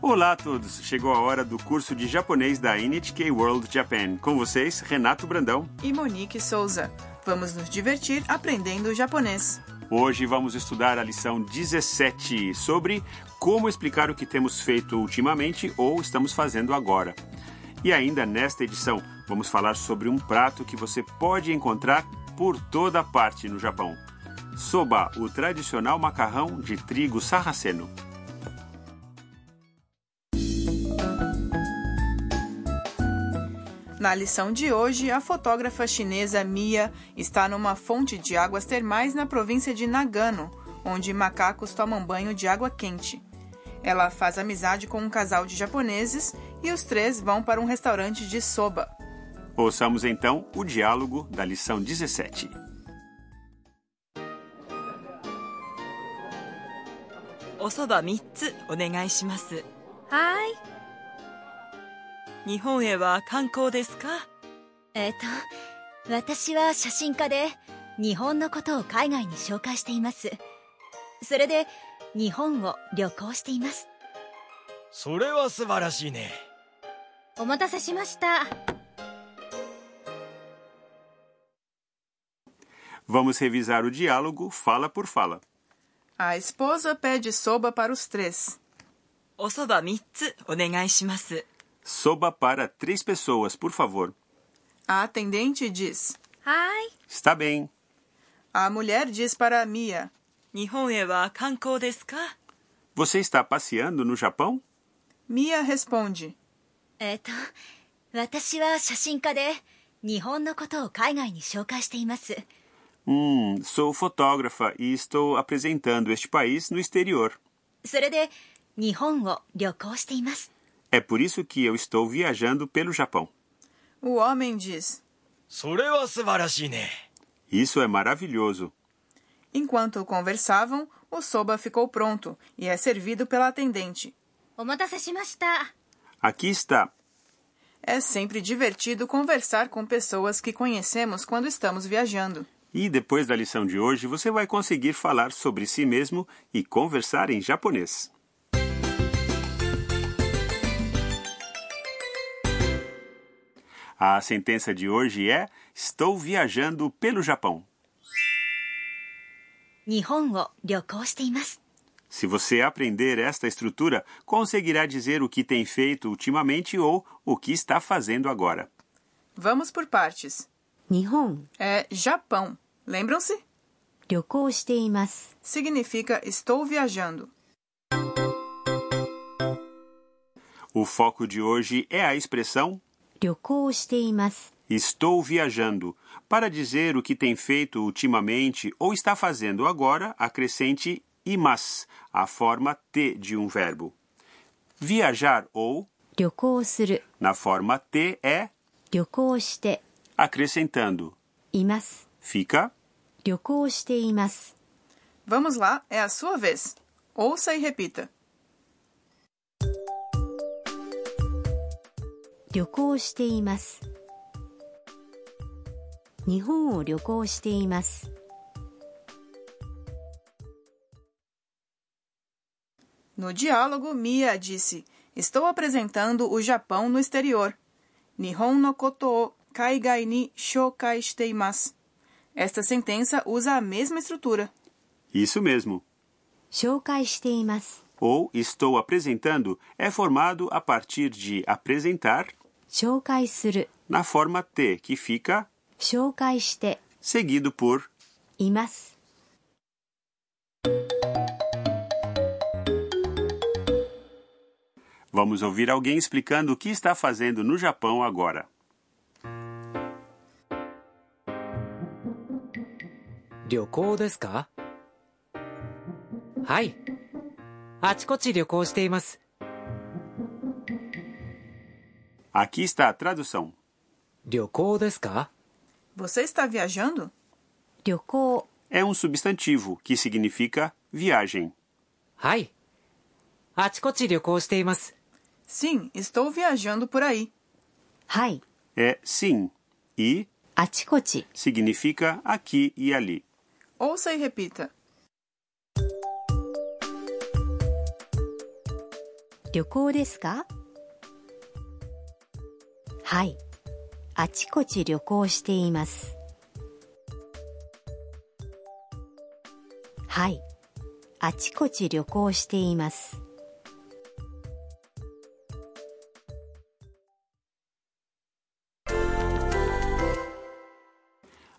Olá a todos! Chegou a hora do curso de japonês da NHK World Japan. Com vocês, Renato Brandão. E Monique Souza. Vamos nos divertir aprendendo japonês. Hoje vamos estudar a lição 17 sobre como explicar o que temos feito ultimamente ou estamos fazendo agora. E ainda nesta edição, vamos falar sobre um prato que você pode encontrar por toda parte no Japão. Soba, o tradicional macarrão de trigo sarraceno. Na lição de hoje, a fotógrafa chinesa Mia está numa fonte de águas termais na província de Nagano, onde macacos tomam banho de água quente. Ela faz amizade com um casal de japoneses e os três vão para um restaurante de soba. Ouçamos então o diálogo da lição 17. おそば3つお願いしますはーい日本へは観光ですかえっ、と私は写真家で日本のことを海外に紹介していますそれで日本を旅行していますそれは素晴らしいねお待たせしました Vamos revisar o diálogo fala por fala. A esposa pede soba para os três. おそば3つお願いします Soba para três pessoas, por favor. A atendente diz. はーい Está bem. A mulher diz para a Mia. 日本へは観光ですか Você está passeando no Japão? Mia responde. えっ、と私は写真家で日本のことを海外に紹介しています Hum, sou fotógrafa e estou apresentando este país no exterior. それで日本を旅行しています É por isso que eu estou viajando pelo Japão. O homem diz. それは素晴らしいね Isso é maravilhoso. Enquanto conversavam, o soba ficou pronto e é servido pela atendente. お待たせしました Aqui está. É sempre divertido conversar com pessoas que conhecemos quando estamos viajando. E depois da lição de hoje, você vai conseguir falar sobre si mesmo e conversar em japonês. A sentença de hoje é: Estou viajando pelo Japão. 日本を旅行しています Se você aprender esta estrutura, conseguirá dizer o que tem feito ultimamente ou o que está fazendo agora. Vamos por partes. 日本 É Japão. Lembram-se? 旅行しています Significa estou viajando. O foco de hoje é a expressão 旅行しています Estou viajando. Para dizer o que tem feito ultimamente ou está fazendo agora, acrescente imas, a forma T de um verbo. Viajar ou, 旅行する na forma T, é 旅行して acrescentando. います Fica. 旅行しています Vamos lá, é a sua vez. Ouça e repita. 旅行しています日本を旅行しています No diálogo, Mia disse: Estou apresentando o Japão no exterior. Nihon no koto o kaigai ni shokai shiteimasu. Esta sentença usa a mesma estrutura. Isso mesmo. 紹介しています Ou estou apresentando é formado a partir de apresentar 紹介する na forma T, que fica 紹介して、 seguido por います。 Vamos ouvir alguém explicando o que está fazendo no Japão agora. 旅行ですかはいあちこち旅行しています Aqui está a tradução. 旅行ですか Você está viajando? 旅行、 é um substantivo que significa viagem. はいあちこち旅行しています Sim, estou viajando por aí. はい、 É sim e あちこち、 significa aqui e ali. Ouça e repita. 旅旅行ですかはい。あちこち旅行しています。はい。あちこち旅行しています。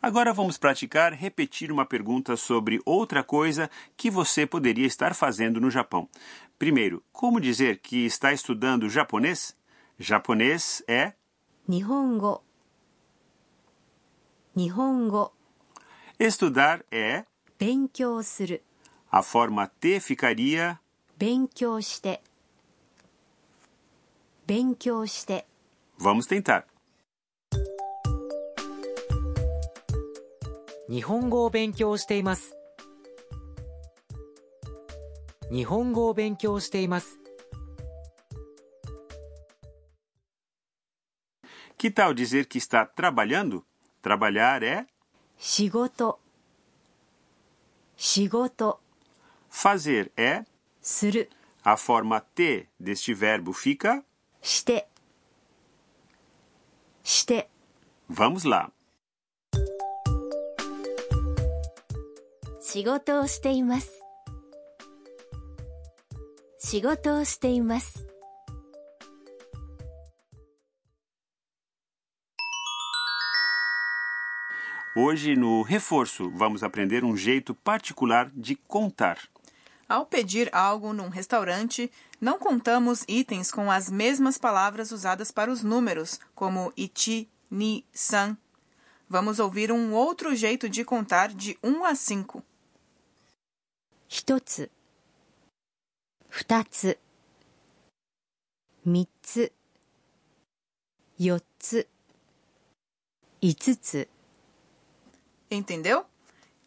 Agora vamos praticar repetir uma pergunta sobre outra coisa que você poderia estar fazendo no Japão. Primeiro, como dizer que está estudando japonês? Japonês é 日本語。日本語。 estudar é 勉強する。 a forma T ficaria 勉強して。勉強して。 vamos tentar. 日本語を勉強しています。日本語を勉強しています。 Que tal dizer que está trabalhando? Trabalhar é 仕事。仕事。 fazer é する。 a forma T deste verbo fica. して。して。 Vamos lá. 仕事をしています仕事をしています Hoje no reforço vamos aprender um jeito particular de contar. Ao pedir algo num restaurante, não contamos itens com as mesmas palavras usadas para os números, como ichi, ni, san. Vamos ouvir um outro jeito de contar de 1 a 5. 一つ。二つ。三つ。四つ。五つ。 Entendeu?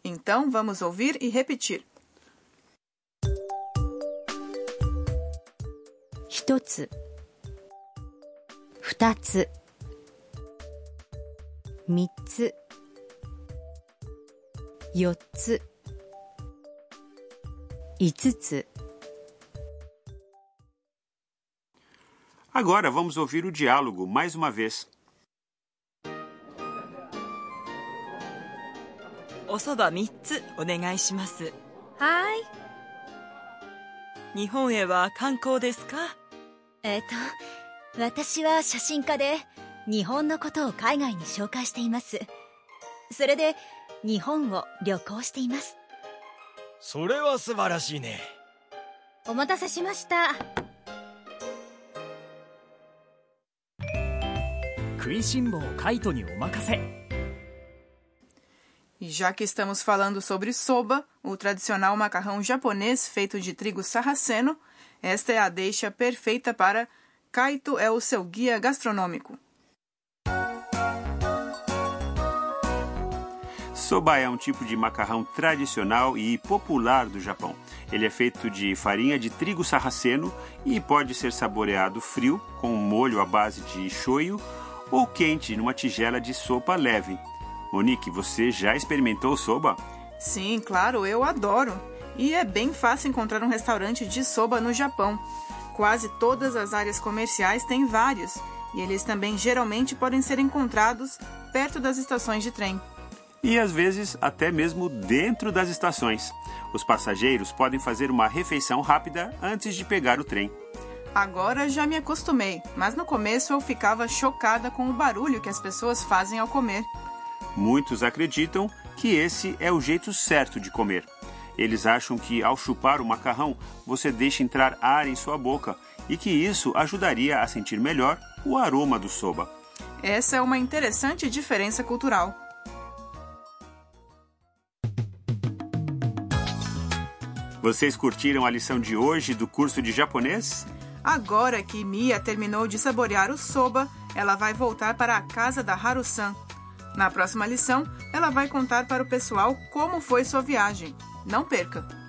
Então vamos ouvir e repetir. 一つ。二つ。三つ。四つ。五つ。 Agora vamos ouvir o diálogo mais uma vez. おそば3つお願いしますはい日本へは観光ですかえっ、と私は写真家で日本のことを海外に紹介していますそれで日本を旅行していますそれは素晴らしいねお待たせしました食いしん坊カイトにお任せ E já que estamos falando sobre soba, o tradicional macarrão japonês feito de trigo sarraceno, esta é a deixa perfeita para Kaito é o seu guia gastronômico. Soba é um tipo de macarrão tradicional e popular do Japão. Ele é feito de farinha de trigo sarraceno e pode ser saboreado frio, com um molho à base de shoyu, ou quente numa tigela de sopa leve. Monique, você já experimentou soba? Sim, claro, eu adoro. E é bem fácil encontrar um restaurante de soba no Japão. Quase todas as áreas comerciais têm vários, e eles também geralmente podem ser encontrados perto das estações de trem. e às vezes até mesmo dentro das estações. Os passageiros podem fazer uma refeição rápida antes de pegar o trem. Agora já me acostumei, mas no começo eu ficava chocada com o barulho que as pessoas fazem ao comer. Muitos acreditam que esse é o jeito certo de comer. Eles acham que ao chupar o macarrão você deixa entrar ar em sua boca e que isso ajudaria a sentir melhor o aroma do soba. Essa é uma interessante diferença cultural. Vocês curtiram a lição de hoje do curso de japonês? Agora que Mia terminou de saborear o soba, ela vai voltar para a casa da Haru-san. Na próxima lição, ela vai contar para o pessoal como foi sua viagem. Não perca!